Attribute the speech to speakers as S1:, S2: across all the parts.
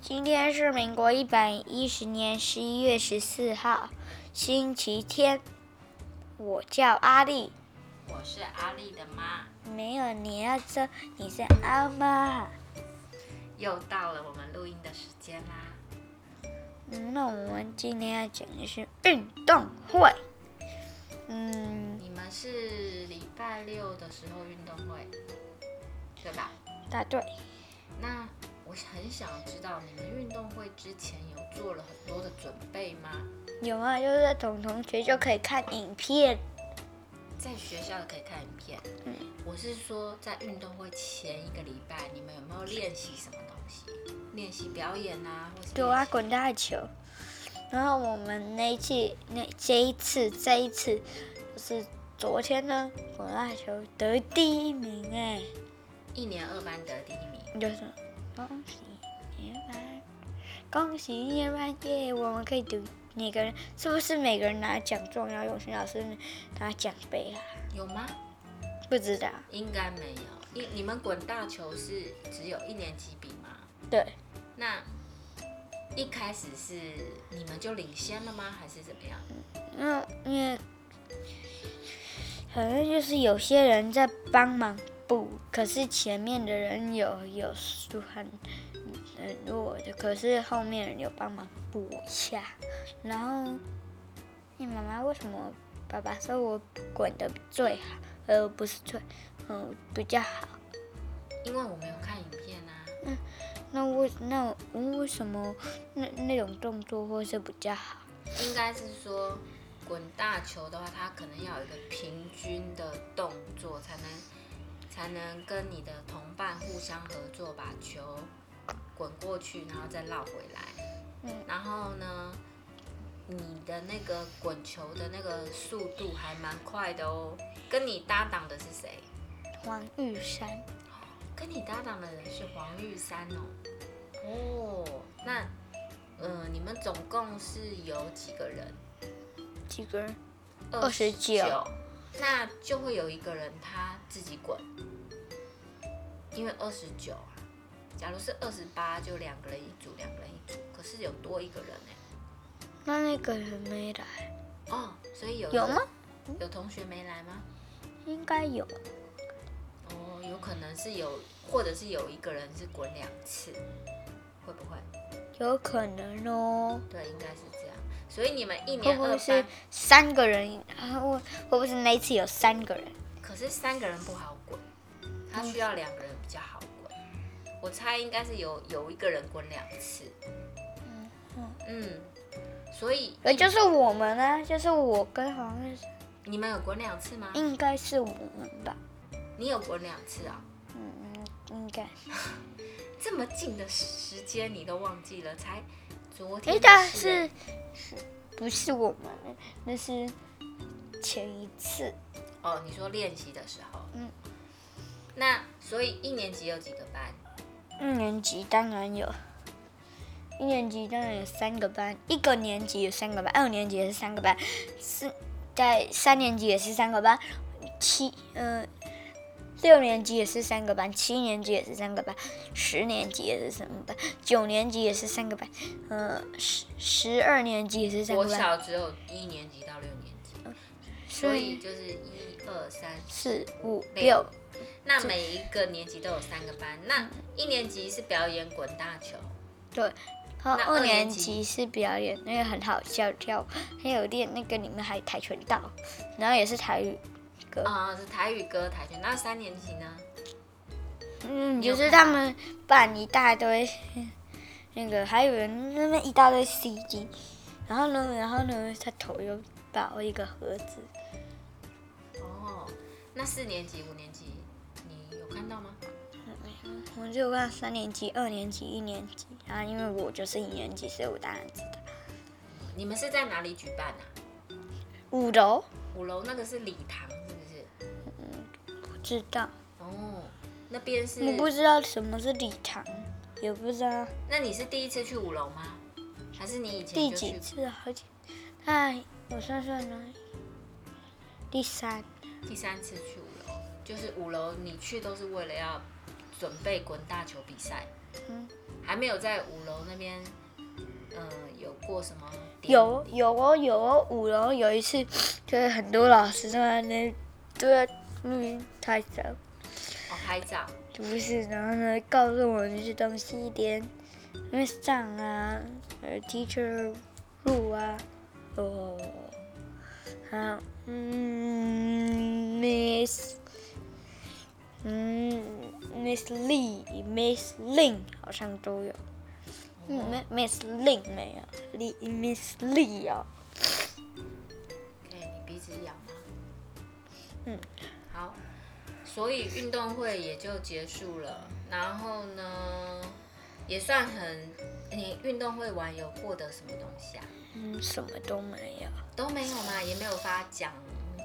S1: 今天是民国一百一十年十一月十四号，星期天。我叫阿丽，
S2: 我是阿丽的妈。
S1: 没有你要说你是阿妈。
S2: 又到了我们录音的时间啦！
S1: 嗯那我们今天要讲的是运动会。嗯，
S2: 你们是礼拜六的时候运动会，对吧？
S1: 答对。
S2: 那我很想知道你们运动会之前有做了很多的准备吗？
S1: 有啊，就是同同学就可以看影片。
S2: 在学校可以看影片。
S1: 嗯，
S2: 我是说，在运动会前一个礼拜，你们有没有练习什么东西？练习表演啊，或是
S1: 对啊，
S2: 练习
S1: 滚大球。然后我们那一次，那这一次，这一次就是昨天呢，滚大球得第一名哎、
S2: 一年二班得第一名。啊
S1: 就是恭喜你们，恭喜你们耶！我们可以读每个人是不是每个人拿奖状，然后永勋老师拿奖杯啊？
S2: 有吗？
S1: 不知道，
S2: 应该没有。你你们滚大球是只有一年级比吗？
S1: 对，
S2: 那一开始是你们就领先了吗？还是怎么样？
S1: 那因为嗯好像就是有些人在帮忙补，可是前面的人有有就很很弱的，可是后面人有帮忙补一下。然后，你妈妈为什么爸爸说我滚的最好，呃，不是最，嗯、比较好？
S2: 因为我没有看影片啊。
S1: 那为那为什么那那种动作会是比较好？
S2: 应该是说滚大球的话，它可能要有一个平均的动作，才能才能跟你的同伴互相合作把球滚过去，然后再绕回来。
S1: 嗯
S2: 然后呢，你的那个滚球的那个速度还蛮快的哦。跟你搭档的是谁？
S1: 黄玉山，
S2: 跟你搭档的人是黄玉山哦。哦，那呃，你们总共是有几个人？
S1: 几个人？
S2: 29
S1: 29，
S2: 那就会有一个人他自己滚，因为二十九啊。假如是二十八，就两个人一组，两个人一组。可是有多一个人哎、
S1: 那那个人没来。
S2: 哦，所以有一个
S1: 有吗？？
S2: 有同学没来吗？
S1: 应该有。
S2: 哦，有可能是有，或者是有一个人是滚两次，会不会？
S1: 有可能哦。
S2: 对，应该是这样。所以你们
S1: 会
S2: 一年
S1: 不
S2: 二
S1: 会是
S2: 班，
S1: 三个人？啊我会不会是那一次有三个人？
S2: 可是三个人不好滚，他需要两个人比较好滚。我猜应该是有有一个人滚两次。嗯，所以
S1: 呃，就是我们呢，就是我跟好像是
S2: 你们有滚两次吗？
S1: 应该是我们吧？
S2: 你有滚两次啊、
S1: 嗯，应该。
S2: 这么近的时间你都忘记了，才昨天
S1: 诶，
S2: 的
S1: 但
S2: 事
S1: 是是不是我们？那是前一次。
S2: 哦，你说练习的时候，
S1: 嗯，
S2: 那所以一年级有几个班？
S1: 一年级当然有，一年级当然有三个班，一个年级有三个班，二年级也是三个班，四在三年级也是三个班，七呃六年级也是三个班，七年级也是三个班，十年级也是三个班，九年级也是三个班，呃十十二年级也是三
S2: 我
S1: 个班，嗯
S2: 小只有一年级到六年级，所以就是一二三
S1: 四五
S2: 六
S1: 六，
S2: 那每一个年级都有三个班。
S1: 嗯
S2: 那一年级是表演滚大球，
S1: 对。然
S2: 那
S1: 后二
S2: 二年
S1: 年级是表演那个很好笑跳舞，还有练那个里面还有跆拳道，然后也是台语歌。
S2: 啊、是台语歌、跆拳。那三年级呢？
S1: 嗯，
S2: 你有
S1: 就是
S2: 看
S1: 他们办一大堆，那个还有人那边一大堆 CD，然后呢，然后呢，他头又包一个盒子，
S2: 哦，那四年级、五年级你有看到吗？
S1: 我就看三年级、二年级、一年级，然后因为我就是一年级，所以我当然知道。
S2: 你们是在哪里举办啊？
S1: 五楼
S2: 五楼那个是礼堂是不是？
S1: 不知道，
S2: 哦，那边是
S1: 我不知道什么是礼堂，也不知道
S2: 那你是第一次去五楼吗？还是你以前
S1: 第
S2: 就去
S1: 几
S2: 过？
S1: 次好几，哎，我算算呢，第三，
S2: 第三次去五楼，就是五楼你去都是为了要准备滚大球比赛，
S1: 嗯，
S2: 还没有在五楼那边，呃，有过什么典礼
S1: 有有哦有哦，五楼有一次，就是很多老师都在那都在录音台上，
S2: 哦拍照，
S1: 不是，然后呢告诉我们这东西一点，因为上啊，呃，teacher 录啊，哦，好，嗯，Miss，嗯，Miss Lee，Miss Lin 好像都有。嗯
S2: 哦、
S1: ，Miss Lin 没有，Lee Miss Lee 哦，
S2: 对你鼻子痒吗？
S1: 嗯，
S2: 好，所以运动会也就结束了。然后呢，也算很，你运动会完有获得什么东西啊？
S1: 嗯，什么都没有，
S2: 都没有吗？也没有发奖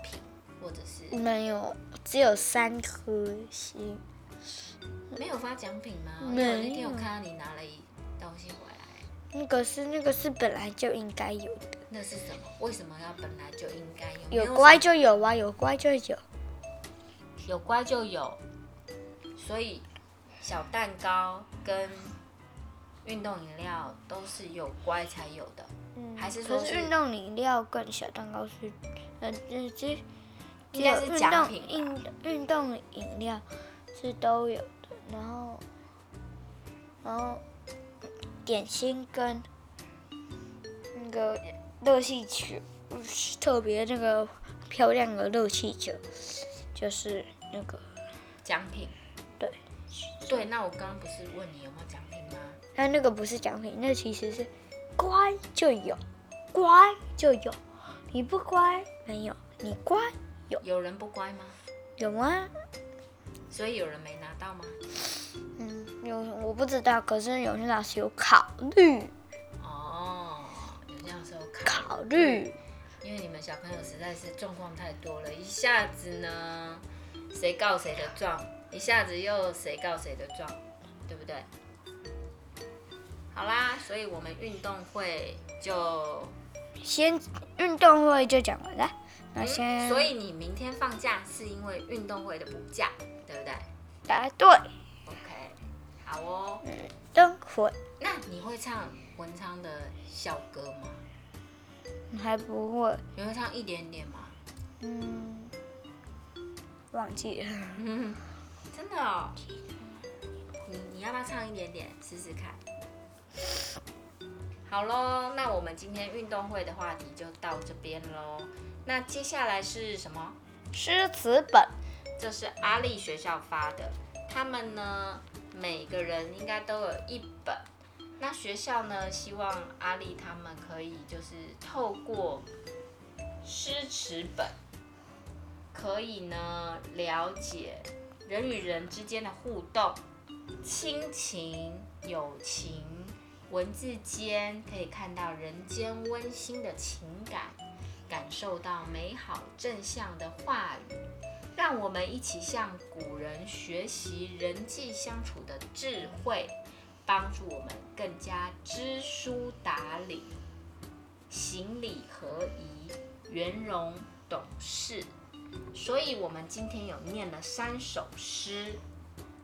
S2: 品或者是
S1: 没有，只有三颗星。
S2: 没有发奖品吗？
S1: 没有
S2: 因为我那天有看到你拿了一东西回来，
S1: 那个是那个是本来就应该有的，
S2: 那是什么？为什么要本来就应该有？没
S1: 有
S2: 有
S1: 乖
S2: 什
S1: 就有啊，有乖就有。
S2: 么有乖就有，所以小蛋糕跟运动饮料都是有乖才有的。
S1: 嗯
S2: 还是说
S1: 可
S2: 是
S1: 是运动饮料跟小蛋糕是，呃，这这只
S2: 应该
S1: 有
S2: 是
S1: 运
S2: 奖
S1: 动
S2: 品吧啊
S1: 运运动饮料是都有的，然后然后点心跟那个热气球，特别那个漂亮的热气球，就是那个
S2: 奖品。
S1: 对。
S2: 对，那我刚刚不是问你有没有奖品吗？
S1: 那那个不是奖品，那其实是乖就有，乖就有，你不乖没有，你乖
S2: 有人不乖吗？
S1: 有吗？
S2: 所以有人没拿到吗？
S1: 嗯，有我不知道，可是有些老师有考虑
S2: 哦，有这样时候考
S1: 考虑，
S2: 因为你们小朋友实在是状况太多了，一下子呢，谁告谁的状，一下子又谁告谁的状，对不对？好啦，所以我们运动会就，
S1: 先运动会就讲完了，那
S2: 嗯
S1: 先、
S2: 所以你明天放假是因为运动会的补假，对不对
S1: 答对，
S2: ？OK，好哦。
S1: 嗯灯会
S2: 那你会唱文昌的校歌吗？
S1: 还不会，
S2: 你会唱一点点吗？
S1: 嗯，忘记了，
S2: 嗯，真的哦。你你要不要唱一点点试试看？好喽，那我们今天运动会的话题就到这边喽。那接下来是什么？
S1: 诗词本，
S2: 这是阿丽学校发的，他们呢每个人应该都有一本。那学校呢希望阿丽他们可以就是透过诗词本，可以呢了解人与人之间的互动，亲情、友情，文字间可以看到人间温馨的情感，感受到美好正向的话语。让我们一起向古人学习人际相处的智慧，帮助我们更加知书达理、行礼合宜、圆融懂事。所以，我们今天有念了三首诗。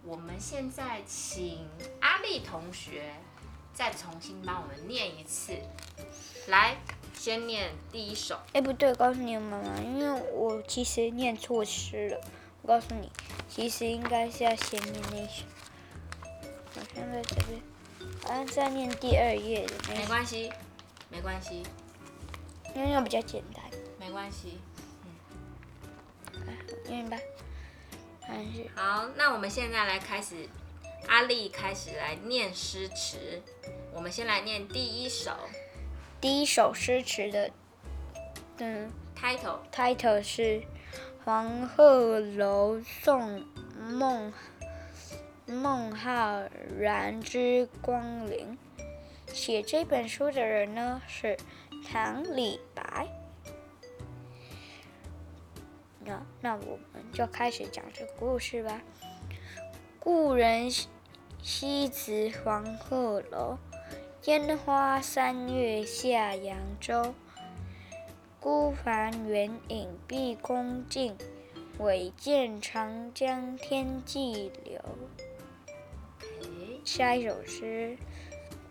S2: 我们现在请阿丽同学再重新帮我们念一次。来，先念第一首。
S1: 哎，不对，告诉你妈妈，因为我其实念错诗了。我告诉你，其实应该是要先念那一首。好像在这边，好像是要念第二页的那一
S2: 没
S1: 首，
S2: 关系，没关系，
S1: 因为那比较简单。
S2: 没关系。
S1: 念吧，还是
S2: 好，那我们现在来开始，阿丽开始来念诗词。我们先来念第一首
S1: 第一首诗词的，嗯
S2: ，title
S1: ，title 是《黄鹤楼送孟孟浩然之光临》。写这本书的人呢是唐李白。那啊那我们就开始讲这个故事吧。故人西西辞黄鹤楼，烟花三月下扬州。孤帆远影碧空尽，唯见长江天际流。
S2: 诶。
S1: 下一首诗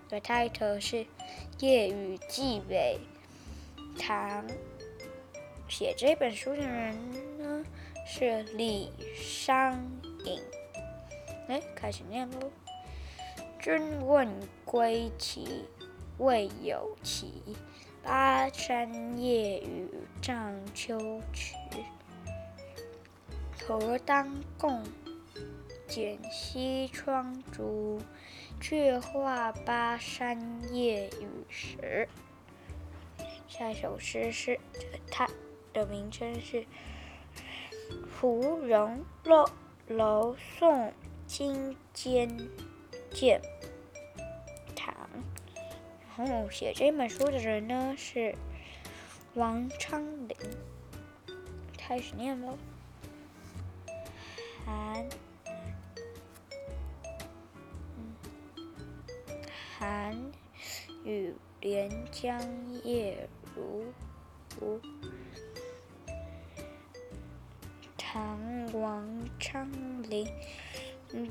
S1: 《的 title 是《夜雨寄北堂》。写这本书的人呢是李商隐。哎，开始念喽。君问归期未有期，巴山夜雨涨秋池。何当共剪西窗烛，却话巴山夜雨时。下一首诗是它的名称是《芙蓉楼楼送金笺见堂》，然后写这本书的人呢是王昌龄。开始念喽，寒，嗯，寒雨连江夜如如。唐王昌龄，嗯，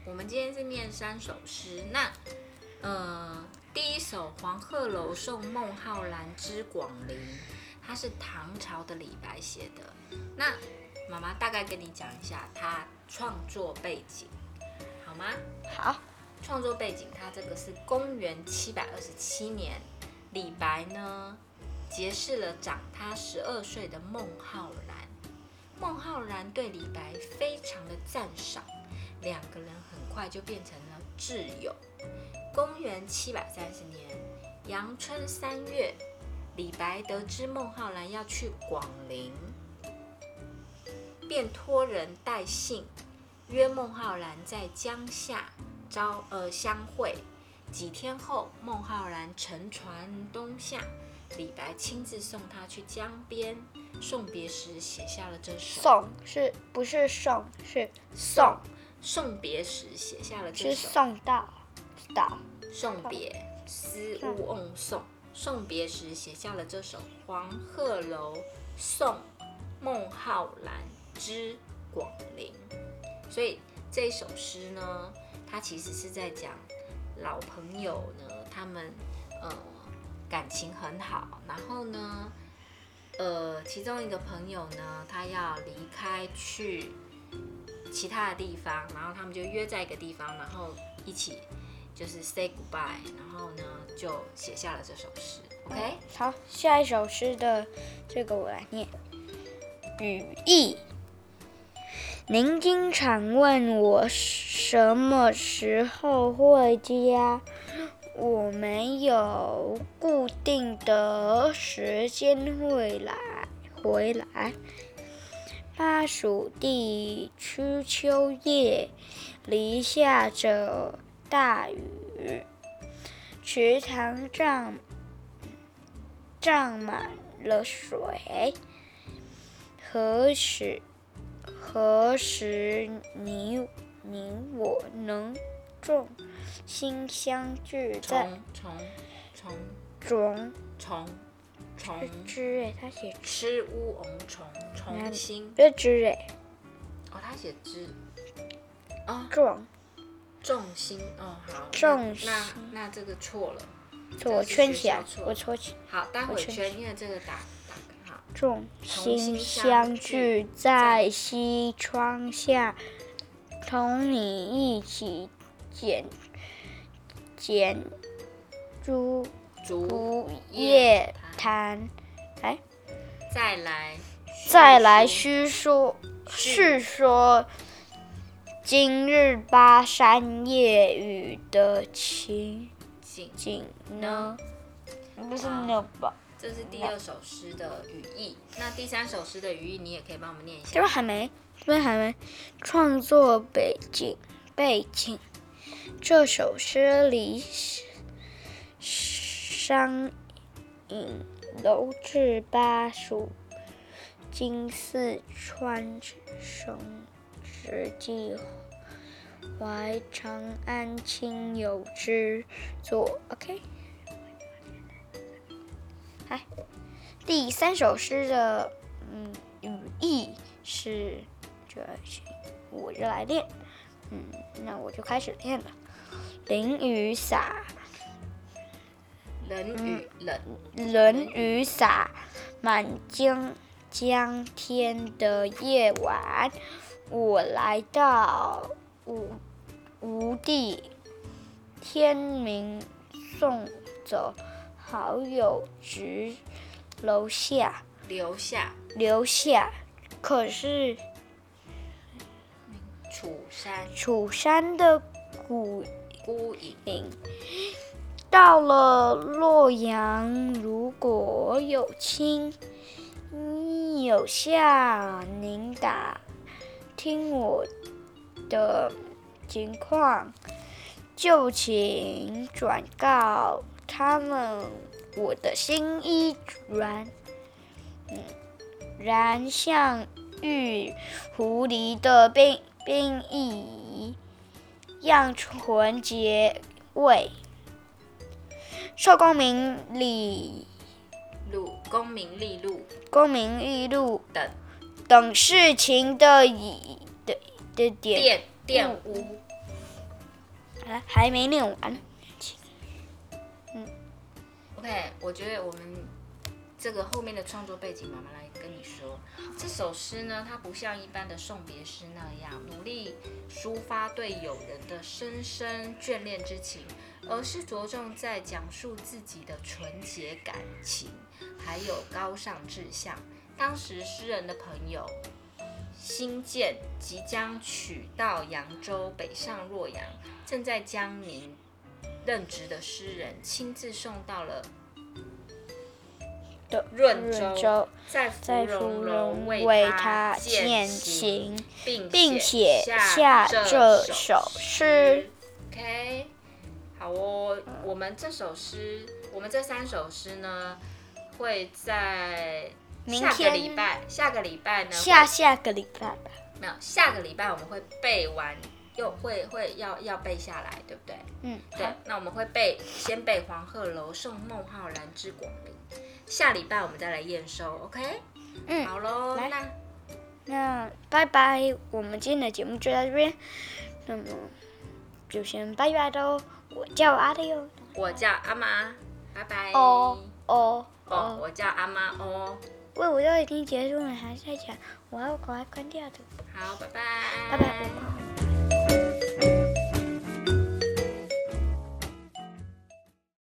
S2: 我们今天是念三首诗。那，呃，第一首《黄鹤楼送孟浩然之广陵》，它是唐朝的李白写的。那妈妈大概跟你讲一下他创作背景，好吗？
S1: 好，
S2: 创作背景，它这个是公元七百二十七年，李白呢结识了长他十二岁的孟浩然。孟浩然对李白非常的赞赏，两个人很快就变成了挚友。公元七百三十年阳春三月，李白得知孟浩然要去广陵，便托人带信约孟浩然在江夏招呃相会。几天后，孟浩然乘船东下，李白亲自送他去江边。送别时写下了这首
S1: 送是不是送是送
S2: 送别时写下了这
S1: 是
S2: 首
S1: 送到到
S2: 送别思勿忘送。送别时写下了这首《黄鹤楼送孟浩然之广陵》，所以这首诗呢，它其实是在讲老朋友呢，他们呃感情很好，然后呢，呃，其中一个朋友呢，他要离开去其他的地方，然后他们就约在一个地方，然后一起就是 say goodbye，然后呢就写下了这首诗。OK，
S1: 嗯好，下一首诗的这个我来念。语意，您经常问我什么时候回家，我没有固定的时间会来回来。巴蜀地区秋夜里下着大雨，池塘涨涨满了水。何时，何时你你我能众心相聚在
S2: 虫虫虫
S1: 中
S2: 虫虫
S1: 之诶，他哎写
S2: 吃乌龙虫虫心
S1: 这哎之诶，
S2: 哦，他写之哦
S1: 壮
S2: 重心哦，好那
S1: 重心
S2: 那那这个错了，
S1: 这我
S2: 是
S1: 圈
S2: 学
S1: 起来
S2: 校，错
S1: 我抽起
S2: 好，待会
S1: 我圈
S2: 圈，因为这个打打好。
S1: 众
S2: 同
S1: 心
S2: 心
S1: 相
S2: 相
S1: 聚
S2: 聚
S1: 在西窗下，同你一起捡捡竹
S2: 竹
S1: 竹叶檀。哎，
S2: 再来
S1: 再来
S2: 叙
S1: 叙说，叙
S2: 叙
S1: 说今日巴山夜雨的情
S2: 景，
S1: 景呢？不是
S2: 好
S1: 那吧？
S2: 这是第二首诗的语义。那第三首诗的语义，你也可以帮我们念一
S1: 这
S2: 下。
S1: 边还没，这边还没。创作背景背景，这首诗里张影楼至巴蜀，今四川省实际怀长安亲友之作。OK，来，第三首诗的嗯语义是这些，我就来练。嗯，那我就开始练了。淋雨伞。
S2: 人与人，
S1: 嗯人雨洒满江江天的夜晚，我来到吴吴地，天明送走好友直楼下
S2: 留下
S1: 留下，可是
S2: 楚山
S1: 楚山的古
S2: 孤影，
S1: 到了洛阳，如果有亲，嗯有下您打听我的情况，就请转告他们我的心意然，嗯，然像玉狐狸的病病一样纯洁味。受功名礼、
S2: 路功名利禄
S1: 功名利禄
S2: 等
S1: 等事情的以的的点，
S2: 玷玷污，
S1: 啊还没念完。
S2: OK，我觉得我们这个后面的创作背景，妈妈来跟你说。这首诗呢，它不像一般的送别诗那样努力抒发对友人的深深眷恋之情，而是着重在讲述自己的纯洁感情，还有高尚志向。当时诗人的朋友新建即将取到扬州，北上洛阳，正在江宁任职的诗人亲自送到了
S1: 的
S2: 润州，
S1: 州
S2: 在芙
S1: 在
S2: 蓉
S1: 芙
S2: 蓉
S1: 蓉
S2: 为
S1: 为
S2: 他
S1: 他践
S2: 践行，
S1: 行，
S2: 并
S1: 并且
S2: 下
S1: 下
S2: 这
S1: 这
S2: 首
S1: 首
S2: 诗
S1: 诗。
S2: OK，好哦，我们这首诗，我们这三首诗呢，会在
S1: 明
S2: 下个
S1: 天
S2: 礼拜，下个礼拜呢，
S1: 下下个礼拜吧。
S2: 会没有下个礼拜我们会背完，又会会要要背下来，对不对？
S1: 嗯，
S2: 对
S1: 好，，
S2: 那我们会背先背黄鹤楼送孟浩然之广陵，下礼拜我们再来验收，OK？
S1: 嗯，
S2: 好喽，
S1: 来
S2: 那
S1: 那拜拜，我们今天的节目就到这边，那么就先拜拜喽。我叫阿六，
S2: 我叫阿妈，拜拜。
S1: 哦哦
S2: 哎哦，
S1: 哦，
S2: 我叫阿妈哦。
S1: 喂，我都已经结束了，还在讲，我要赶快关掉的。
S2: 好，拜拜，
S1: 拜拜。